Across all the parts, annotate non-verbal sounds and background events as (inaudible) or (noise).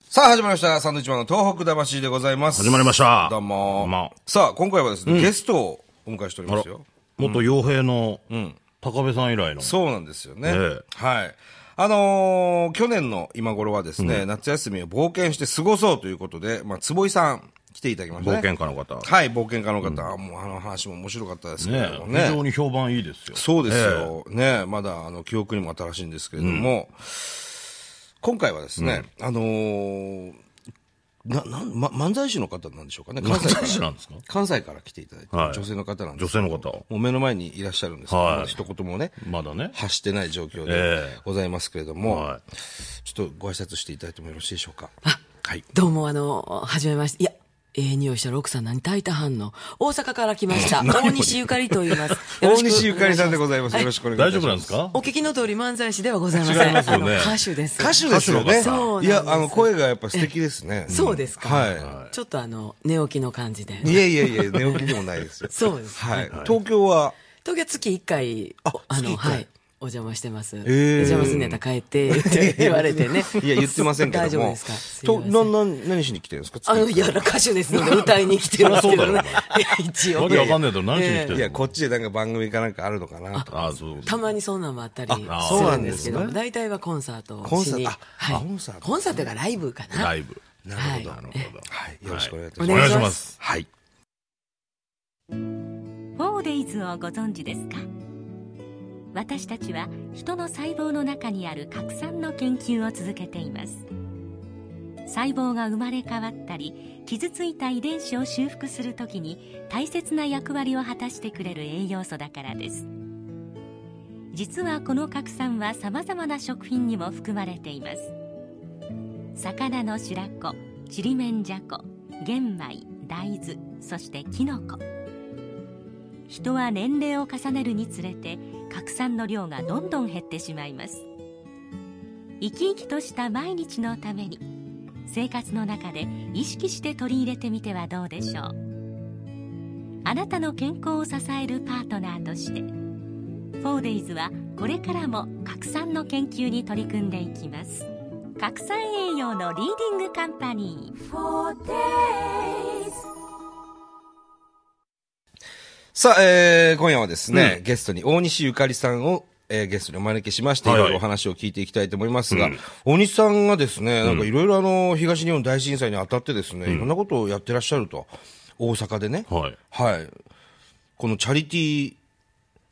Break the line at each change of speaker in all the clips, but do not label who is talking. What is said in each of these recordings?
さあ、始まりました。サンドウィッチマンの東北魂でございます。
始まりました
どうも。
どうも
さあ、今回はですね、ゲストをお迎えしておりますよ。
元傭兵の高部さん以来の。
そうなんですよね。
ええ
はい。あのー去年の今頃はですね、夏休みを冒険して過ごそうということで、まあ、坪井さん来ていただきましたね。
冒険家の方。
はい、冒険家の方、もうあの話も面白かったですけ
ね
ども
非
ね。
常に評判いいですよ。
そうですよ。ねまだあの記憶にも新しいんですけれども、今回はですね、あのーな、なん、ま、漫才師の方なんでしょうかね。関西か
漫才師
ら
なんですか
関西から来ていただいて、
はい
女性の方なんで
女
す。
性の方。
もう目の前にいらっしゃるんですけど、
はい
まだ一言もね、
まだね。
発してない状況
え
でございますけれども、
は
ちょっとご挨拶していただいてもよろしいでしょうか。はい。
どうも、あの、はじめまして。いや、ええ匂いしたる奥さん何炊いたはんの。大阪から来
(laughs)
ました。大西ゆかりと言います。よろ
大
しく
西ゆかりさんでございます。よろしくお願いいた
大
し
丈
ます。
夫なんですか
お聞きの通り漫才師ではございません。
違いますよね
あの歌手です。
歌手ですよね。
歌手の
方
いや、あの、声がやっぱ素敵ですね。
そうですか。
は
ちょっとあの、寝起きの感じで。
い。いやいやいや、寝起きでもないです
(laughs)
よ。
そうですね
はい。東京は、
東京月1回、おあ
月
の、
一回
はい。お邪魔してます。
ー。
お邪魔すんねやったら帰って、って言われてね
いや、言ってませんけども。
大丈夫ですかすい
と、
ません
な、な、何しに来てるんですか
あの、いや、歌手ですので、歌いに来てますけど
そり
ね
ゃそうだろ。
(laughs) いや一
わ
応
け。わかんないけど何しに来て
いや、
るの
こっちでなんか番組かなんかあるのかなと。
あ、そう。
たまにそんなんもあったりす
あ
るんですけ
そう
ど
なんですね
大体はコンサートをしに
コンサートあ
はい、
コンサート
コンサートがライブかな
ライブ。
なるほど。
は
ないるほ
え
ど。はい。よろしくお願いいた
お
しま
願い
す。
お願い
し
しま
ますす
はい。
フォーデイズをご存知ですか私たちは人の細胞の中にある核酸の研究を続けています細胞が生まれ変わったり傷ついた遺伝子を修復するときに大切な役割を果たしてくれる栄養素だからです実はこの核酸はさまざまな食品にも含まれています魚の白子ちりめんじゃこ玄米大豆そしてきのこ人は年齢を重ねるにつれて核酸の量がどんどん減ってしまいます生き生きとした毎日のために生活の中で意識して取り入れてみてはどうでしょうあなたの健康を支えるパートナーとしてフォーデイズはこれからも核酸の研究に取り組んでいきます核酸栄養のリーディングカンパニー
さあ、えー今夜はですね、ゲストに大西ゆかりさんを、えーゲストにお招きしまして、い
はいはい
ろいろお話を聞いていきたいと思いますが、大西さんがですね、なんかいろいろあの、東日本大震災にあたってですね、いろんなことをやってらっしゃると。大阪でね。
はい。
はい。このチャリティー、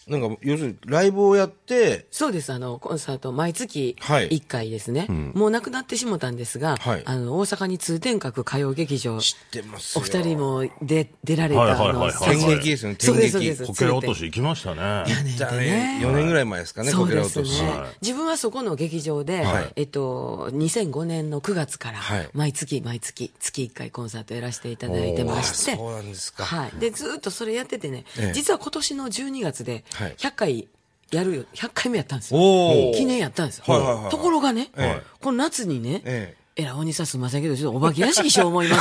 なんか、要するにライブをやって、
そうですあのコンサート毎月
はい
1回ですね、もうなくなってしもたんですが、
はい
あの大阪に通天閣歌謡劇場
知ってます
お
よ。
二人も出出られた、
はいはいはいはい
あの
天
はい
劇ですよね、
そ
天
うですそう
劇
で。す
こけら落とし行きましたね。
だね、4年ぐらい前ですかね、
そ
こ
う
けら
で
落
す
と
ね
し。
はい
自分はそこの劇場で、
はい
えっと、2005年の9月から
はい
毎月毎月月1回コンサートやらせていただいてまし
お
て
ーそうなんですか
はい、でずーっとそれやっててね、
ええ
実は今年の12月で
はい
100回やるよ100回目やったんです
お
よ
ー
記念やったんですよ、
はいはいはい
ところがね、
え
この夏にね、
ええ
えらおにさんすみませんけど、ちょっとお化け屋敷しよう思いま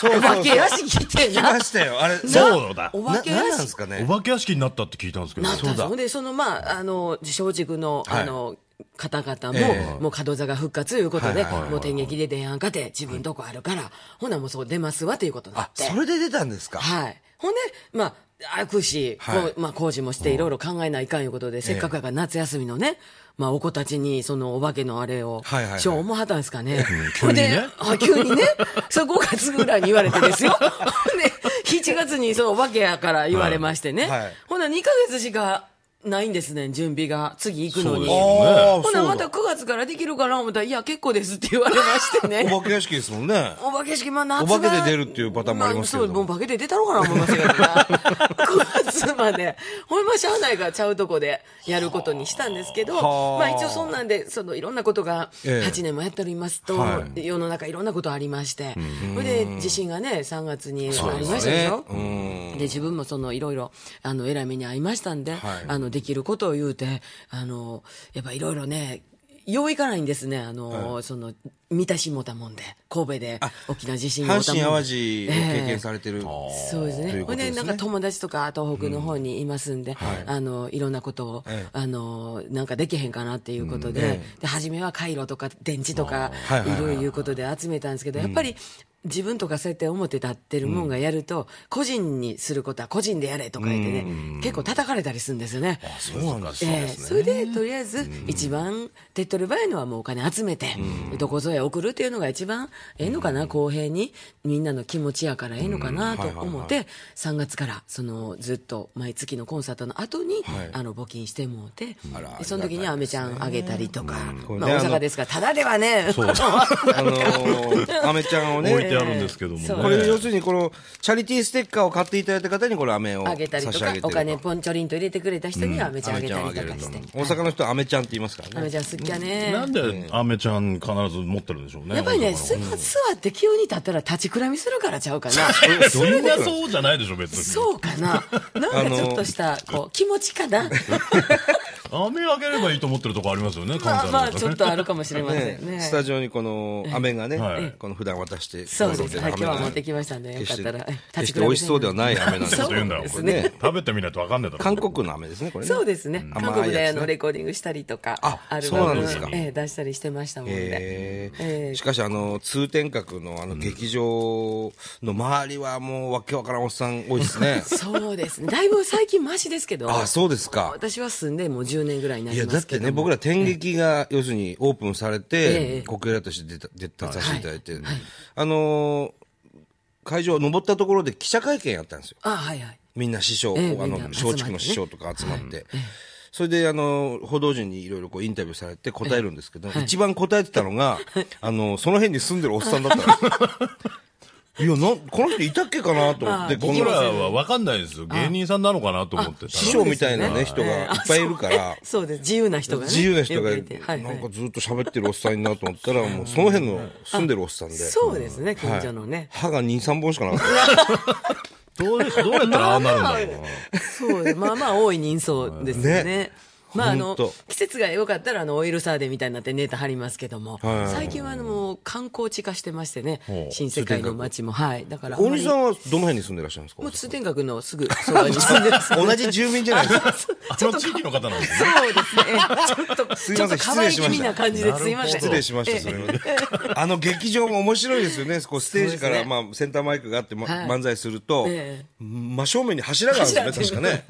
(laughs) そうそ
お
うそう
化け屋敷って
来
な。
ましたよ、あれ。
そうだ
お
な
化け屋
なんなん
敷
ですかね
お化け屋敷になったって聞いたんですけど。
なったんです
だ
よ。で、その、まあ、あの、松竹の、
はい
あの、方々も、
ええ
もう門座が復活ということ
はい
で、
はいはいはい
もう天劇で電案かて、自分とこあるから、ほなもうそう出ますわということにな
あ
っ、て。
それで出たんですか
はい。ほんで、まあ、開くし、
はい
こうまあ、工事もして、いろいろ考えないかんいうことで、せっかくやから夏休みのね、まあ、お子たちに、その、お化けのあれを
はいはいは、い
しょう思はったんですかね。
急にね
ほんであ急
(laughs)
にね。それ5月ぐらいに言われてですよ。ほんで、7月に、その、お化けやから言われましてね。
はいはい
ほな、2ヶ月しかないんですね、準備が。次行くの
そうで
に。
すね
あー
ほな、
そう
ま
だ
た9月からできるかな思ったら、いや、結構ですって言われまして
(laughs)
ね。
お化け屋敷ですもんね。
お化け式、まあ、夏
お化けで出るっていうパターンもありますけれども
あそう、もう化けで出たろうかな思いますけどな。9月まで。ほんましゃあないからちゃうとこでやることにしたんですけど、
はあ
まあ一応そんなんで、そのいろんなことが
ええ
8年もやっておりますと、
は
世の中いろんなことありまして、それで地震がね、3月にありましたでしょ。で自分もそのいろいろあの偉い目に遭いましたんで、
はい
あのできることを言うてあのやっぱいろいろねよう行かないんですね、あの、その、見たしもたもんで、神戸で大きな地震
阪
が起きたもん
神・
で
淡路を経験されてる。
そうですね。
ということ
ほん
です
で、
ね
なんか友達とか東北の方にいますんで、あの、いろんなことを、
ええ
あの、なんかできへんかなっていうことで、
え
で、初めは回路とか電池とか
あーはい、はいいはい
ろいろいうことで集めたんですけど、やっぱり、自分とかそうやって表立ってるもんがやると、個人にすることは個人でやれとか言ってね、結構叩かれたりするんですよね。
そうなんです
ええ
ね。
それでとりあえず一番手っ取り早いのはもうお金集めて、どこぞへ送るっていうのが一番ええのかな、公平にみんなの気持ちやからええのかなと
うんはいはいはい
思って3月からそのずっと毎月のコンサートの後に、
はい
あの募金してもうて、
あら
でその時にあめちゃんあげたりとか、
これね
まあ、
あ
大
の
阪ですからただではね
そう。
あのー、アメちゃんをね、
置いてあるんですけどもね。
そう
これ要するにこのチャリティーステッカーを買っていただいた方にこれ飴を
(laughs) あげたり
差
と
し
か
上げてる
お金ポンチョリンと入れてくれた人にはあめちゃんあげたりとかして、
大阪の人は飴ちゃんって言いますから
あめ
ね
ちゃん好きやね
なんでアメちゃん必ず持ってるんでしょうね。
やっぱりね、
大
す
阪
座
の
って急に立ったら立ちくらみするからちゃうかな。
えそれがそうじゃないでしょ別に。
そうか
(laughs)
な。なんかちょっとした、こう、気持ちかな。
飴あげればいいと思ってるとこありますよね関
まあ
西の
ま
方
あ、
ね
ちょっとあるかもしれませ
ね
んね。
スタジオにこの飴がね、
はい
この普段渡して
そうです。はい、
飴
今
が
日は持ってきましたんで、よ
決
かっ
して
たら。はい
決して美味しそうではない飴なんです
ちょっと言うんだろう
そ
こ
う
れ
ですね
ね。食べてみないとわかんないだろう。
韓国の飴ですねこれね
そうですね。韓
甘
国
い
で
や
あ
つ
の
ね
レコーディングしたりとか、
あ
アル
そう
バ
なん
ム
ですか
ええ出したりしてましたもんで。
えー
えー
しかしあの通天閣のあの劇場の周りはもうわけわからんおっさん多いですね
そうですね。だいぶ最近マシですけど、
あそうですか
私は住んでもう10年ぐらいにないり
や
ま
だっ
すけ
て
ども。
ね僕ら天劇が要するにオープンされ
え
て
え
国営として出た出たさせていただいて、あのー会場登ったところで記者会見やったんですよ
あ、はいはい。
みんな師匠、
ええ
あ
みん
の
な集まってね
松竹の師匠とか集まって、それであの報道陣にいろいろこうインタビューされて答えるんですけど、一番答えてたのが、あのその辺に住んでるおっさん
(laughs)
だったんですよいやなんこの人いたっけかなと思って、こ
僕ら
の
はわかんないですよ。芸人さんなのかなと思ってたら。
師匠みたいな、ね人がい
え
っ
えあ
ぱいいるから。
そうです。自由な人がね。
自由な人が、
よくてはいは
ないんかずっと喋ってるおっさんになと思ったら、もうその辺の住んでるおっさんで。
そうですね、近所のね。
歯が2、3本しかなかっ
どうでどうやったらああなるんだろうな。
そうですまあまあ多い人相ですよね。
ね
まあ、あ
ほん
の
と
季節が良かったらあのオイルサーデンみたいになってネタ張りますけども、
はい
最近はあのもう観光地化してましてね
ほう
新世界の街もはいだから
た。
あん
大
まり
西さんはどの辺に住んでらっしゃるんですか
もう通天閣のすぐそばに住んでる
(laughs) 同じ住民じゃないですか。
あの地域の方なんですね。
そうですねえちょっと
すい
ちょ
ま
っ
せ
と
ん
可愛い気
失礼しまし
味
た
な感じですいません
(laughs) 失礼しました、それはね。あの劇場も面白いですよね。こうステージか
そう
ら、
です
まあ、センターマイクがあって、ま
はい
漫才すると
え、
真正面に柱があるん
柱っ
です
て
よね、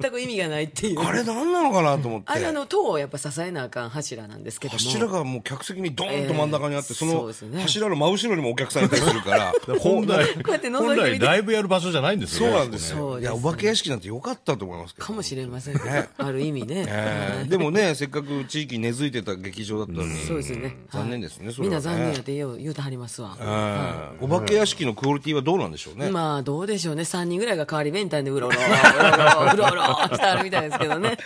全く意味がないっていう
確かね。あれ何なのかなと思って。
あれあの塔をやっぱ支えなあかん柱なんですけども
柱がもう客席にドーンと真ん中にあっ
ええ
て、そ
そう
の
ですね
柱の真後ろにもお客さんいたりする (laughs) から、
(laughs)
本来、
うやって覗いてみて
本来ライブやる場所じゃないんです
そ
よ
う
ね。
なんです
そ
よ。い
うです
や、お化け屋敷なんて良かったと思いますけど。
かもしれませんねある意味ね、
ええでもね、せっかく地域に根付いてた劇場だったのに。
そうですね。はい
残念ですねそ
み
れ
ん
は
な
ね
残念やってよう言うてはりますわ。
ええお化け屋敷のクオリティはどうなんでしょうね。
まあ、どうでしょうね。3人ぐらいが代わり弁当でうろうろ、うろうろ、うろうろしてあるみたいですけど
(laughs)
ね。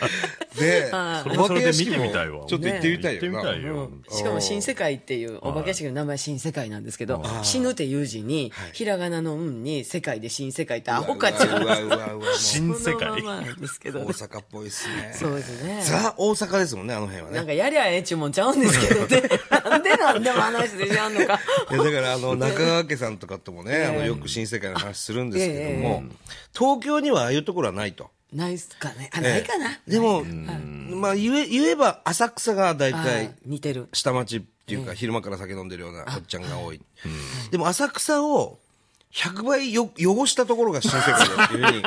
で、
はい
それはそれで見てみたいわ
ちょっと行ってみたいよな。
行ってみたいよ
うんしかも新世界っていう、お化け屋敷の名前新世界なんですけど、死ぬっていう字に、ひらがなのうんに世界で新世界ってアホかちゃ
う
う。
わうわうわうわもう
新世
その
界。
ままなんですけど
大
ね。
阪っぽいですね。
そうですね。
ザ大阪ですもんね、あの辺は
な
ね。
んかやりゃええっちゅうもんちゃうんですけどね。 (laughs) なんでなんでも話でしあんのか。
いやだからあの中川家さんとかともね、あのよく新世界の話するんですけども、東京にはああいうところはないと。
ないっすかね。あ、ないかな。
でも、まあ言え言えば浅草が大体
あ似てる。
下町っていうか、昼間から酒飲んでるようなおっちゃんが多い。でも浅草を100倍よ汚したところが新世界だって
(laughs)
いうふうに、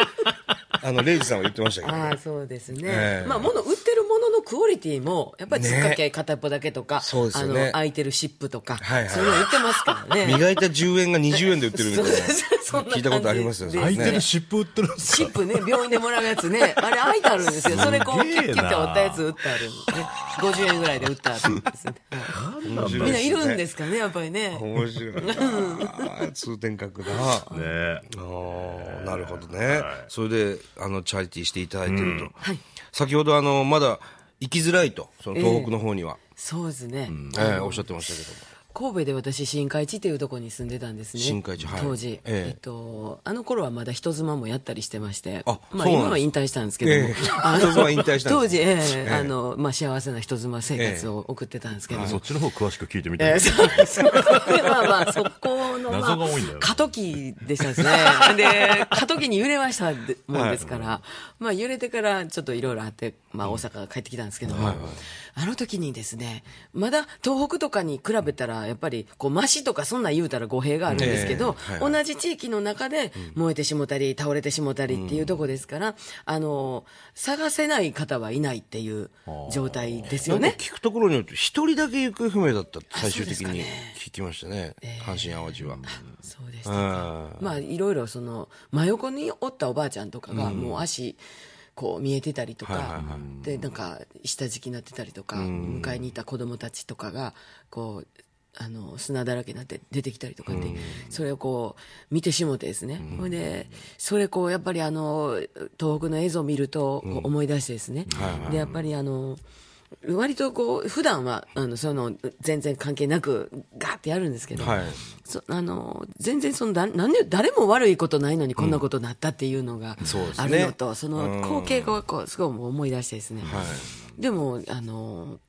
あの、レイジさんは言ってましたけどね、
ああそうですね、
ええ
まあ物売ってるもののクオリティもやっぱりつっかけ片っぽだけとか、
そうです
あ
よ
の
ね
空いてるシップとか、
はいはい
そういうの売ってますからね
(laughs) 磨いた10円が20円で売ってるみたいな
そんな感
聞
じ
いたことありますよね
空いてる湿布売ってるんです
シッ
か
プね病院でもらうやつねあれ空いてあるんですよそれこう
すげえ
キ
な
ュッキュッて折ったやつ売ってあるんで、ね、50円ぐらいで売ってあるんですね、
面白
みんないるんですすかねやっぱりね
ね。面白いな。通天閣だ。
ね
あーなるほどね、それであのチャリティーしていただいてると、先ほどあのまだ行きづらいとその東北の方には、
そうですね、
ええおっしゃってましたけども
神戸で私新海地っていうところに住んでたんですね
新海地はい
当時、
え
え
え
っと、あの頃はまだ人妻もやったりしてまして
あそうな
まあ、
んです
今は引退したんですけども、
ええ
あの
人妻引退したんです
当時、ええ
ええ
あのまあ、幸せな人妻生活を送ってたんですけども、
そっちの方詳しく聞いてみて
えー。そうそうそうで (laughs) まあまあ、そこの、まあ
謎が多いんだよ、
過渡期でしたですね。で、過渡期に揺れましたでもんですから、まあ揺れてからちょっといろいろあって、まあ大阪帰ってきたんですけども、あの時にですね、まだ東北とかに比べたら、やっぱり、こう、マシとかそんなん言うたら語弊があるんですけど、
ええはい
同じ地域の中で燃えてしもたり、倒れてしもたりっていうとこですから、あの、探せない方はいないっていう状態ですよ
なん
ね
か。聞くところによると、一人だけ行方不明だったって最終的
あそう
に
ですかね
聞きましたね。阪神淡路は。
そうでしたか。
うん
まあいろいろその真横におったおばあちゃんとかがもう足こう見えてたりと
はいはい
か
は、
でなんか下敷きになってたりとか、迎えにいた子供たちとかがこう。あの砂だらけになって出てきたりとかって、それをこう見てしもてですね、ほ、いでそれこうやっぱりあの東北の映像を見るとこう思い出してですね、でやっぱりあの割とこう普段はあのその全然関係なくガーってやるんですけど、
はい
そあの全然そのだなんで誰も悪いことないのにこんなことになったっていうのが
そうですね
あるのと、そ
うん
の光景がこうすごい思い出してですね、
はい。
でもあの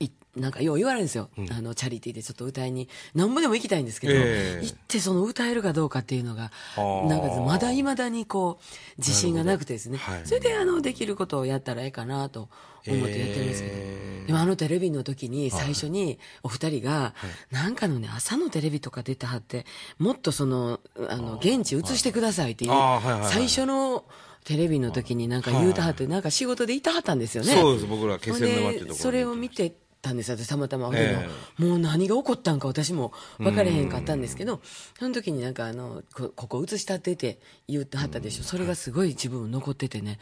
いなんかよう言われるんですよ、あのチャリティーでちょっと歌いになんぼでも行きたいんですけど、
ええ
行ってその歌えるかどうかっていうのが
ー
なんかまだいまだにこう自信がなくてです
な
ね、
るほどはい
それであのできることをやったらええかなと思ってやってるんですけど。
え
でもあのテレビの時に最初にお二人が、なんかのね、朝のテレビとか出てはって、もっとその、あの、現地映してくださいっていう
あーはいはいは、い
最初のテレビの時になんか言うたはって、なんか仕事でいたはったんですよ
ー
ね。
そうです、僕ら気仙沼っていうところ
ほん
に。
でそれを見てたんです私たまたま、
え
もう何が起こったんか私も分かれへんかったんですけどその時になんかあのこここ映したってて言ってはったでしょ、それがすごい自分残っててね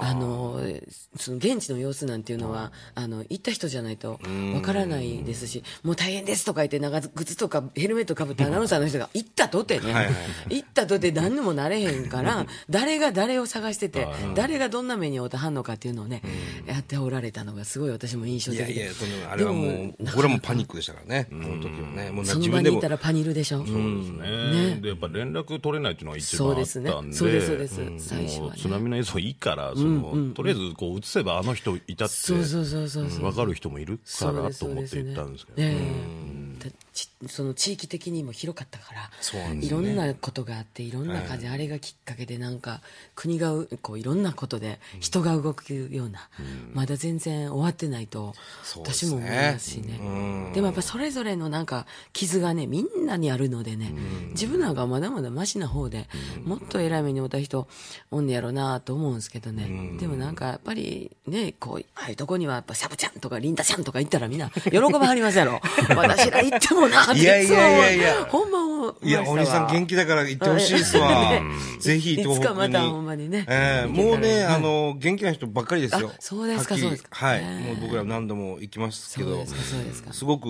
あのその現地の様子なんていうのはあの行った人じゃないと分からないですしもう大変ですとか言って長靴とかヘルメットか
(laughs)
ぶってアナウンサーの人が行ったとてね、
はいはい
行ったとて何にもなれへんから、誰が誰を探してて、誰がどんな目に遭うたはんのかっていうのをね、やっておられたのがすごい私も印象
い
的
や
で。
いや、そのあれはもう、僕らもパニックでしたからね。この時はね。もうな
そ
自
の場
分で
にい
も
た。らパニルでしょ。
ねでやっぱ連絡取れないっていうのが一番あったんで
そうですねそうですそうです最初は
も
ね
う津波の映像いいからその、とりあえずこう映せばあの人いたって
そうそうそうそうそう
分かる人もいるか
そう
ら
です
と
そう
思っ
で
て
す
言
ね
ったんですけど、
ええだちその地域的にも広かったから
そうなんで
い
すよ
ろ
ね
んなことがあっていろんな感じ、あれがきっかけでなんか国がうこういろんなことで人が動くような、まだ全然終わってないと
そうです
私
ね
も思いますしね
うん
でもやっぱそれぞれのなんか傷がねみんなにあるのでね、自分なんかはまだまだマシな方で、もっと偉い目に遭った人おんねやろなと思うんですけどね、でもなんかやっぱりねこうああいうとこにはやっぱサブちゃんとかリンダちゃんとか行ったらみんな喜ばはります
(laughs)
やろ私ら行ってもなってい
いやい
つも思う
やいやいや
ほんま思
いや、お兄さん元
気
気だから行ってほしいっすわ
(laughs) ね。
ぜひ、東北に。
いつかまたほんまにね
ええ
行けたら
もうね、あの、元気な人ばっかりですよ
あ。そうですか
はっきり
そうですか
はい。
ね
もう僕ら何度も行きますけ
そう
ど
で、すかそうですか
すごく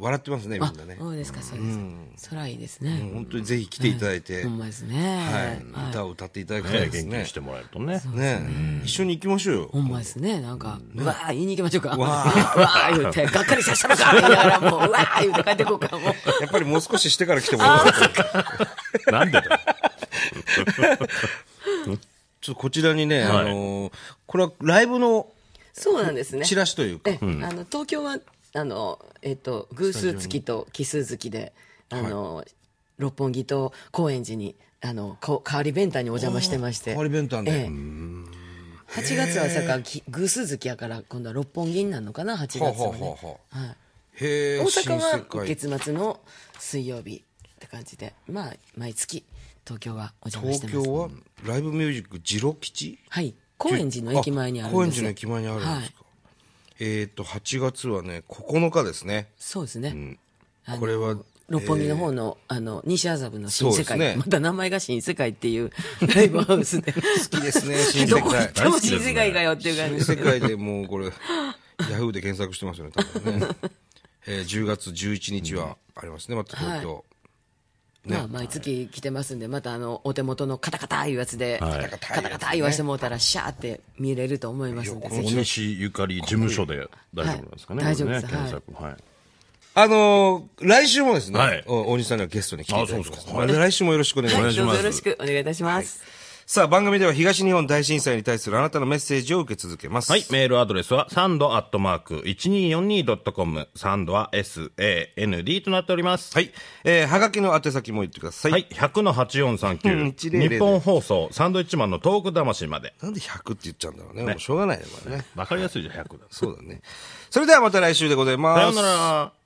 笑ってますね、み
あ
んなね。
そうですかそうですか、そらいいですね、
本当にぜひ来ていただいて、
ほんまですね、
はい。歌を歌っていただきたい
ね
です
元気
ね
にして。もらえるとね
ね一緒に行きましょうよ。
ほんまですね。なんか、うわー言いに行きましょうか。う
わ
わー言うて、がっかりさせたのか言いなが
(laughs)
らもう、うわー言うて帰ってこうか、もう。
やっぱりもう少ししてから来てもらおうかと
なんでだよ
ちょっとこちらにね、
はい
あのーこれはライブの
そうなんですね。
チラシというか、
ええあの、東京は、あの、えっと、偶数月と奇数月で、あの、六本木と高円寺に、あの、こ代わり弁当にお邪魔してまして。
代わり弁当なんで
ええ8月はさか、き偶数月やから、今度は六本木になるのかな、8月は、ね。
ほうほうほう
はい。
へえ
大阪
新
は
世界
月末の水曜日って感じで、まあ、毎月、東京はお邪魔して
東
ます。
京はライブミュージックジロ吉
はい。高円寺の駅前にある
高
んですよ。
円寺の駅前にあるんですか、
はい。
えっ、と8月はね9日ですね
そうですね。あの
これは
六本木の方の、あの、西麻布の新世界、
そうですね
また名前が新世界っ
(laughs)
ていうライブハウスで。
好きですね新世
(laughs) どこ行
界
っても新世界がよっていう感
新
じ
世界でもうこれヤフーで検索してますよね多分ね、えー10月11日はありますねまた東京、ね
まあ、毎月来てますんで、またあの、お手元のカタカタいうやつで、
はい
カタカタカタ言わしてもうたら、シャーって見れると思いますんで、
大
ぜひ。
西ゆかり事務所で大丈夫なんですかね
はい
これね
大丈夫です
検索はい
あのー来週もですね、
はい
お大西さんにはゲストに来ていただき
あそう
ま
です
す。
か
まあ来週もよろしくお願いします。
お願いし
どう
ま
ぞ
す
よろしくお願いいたします。
さあ、番組では東日本大震災に対するあなたのメッセージを受け続けます。
はい、メールアドレスはサンドアットマーク 1242.com サンドは SAND となっております。
はい。えー、はがきの宛先も言ってください。
はい、100の
うん
8439、
100
日本放送、サンドイッチマンのトーク魂まで。
なんで100って言っちゃうんだろうね。もうしょうがないね、これね。
わかりやすいじゃん、100だ。
そうだね。それではまた来週でございます。
さようなら。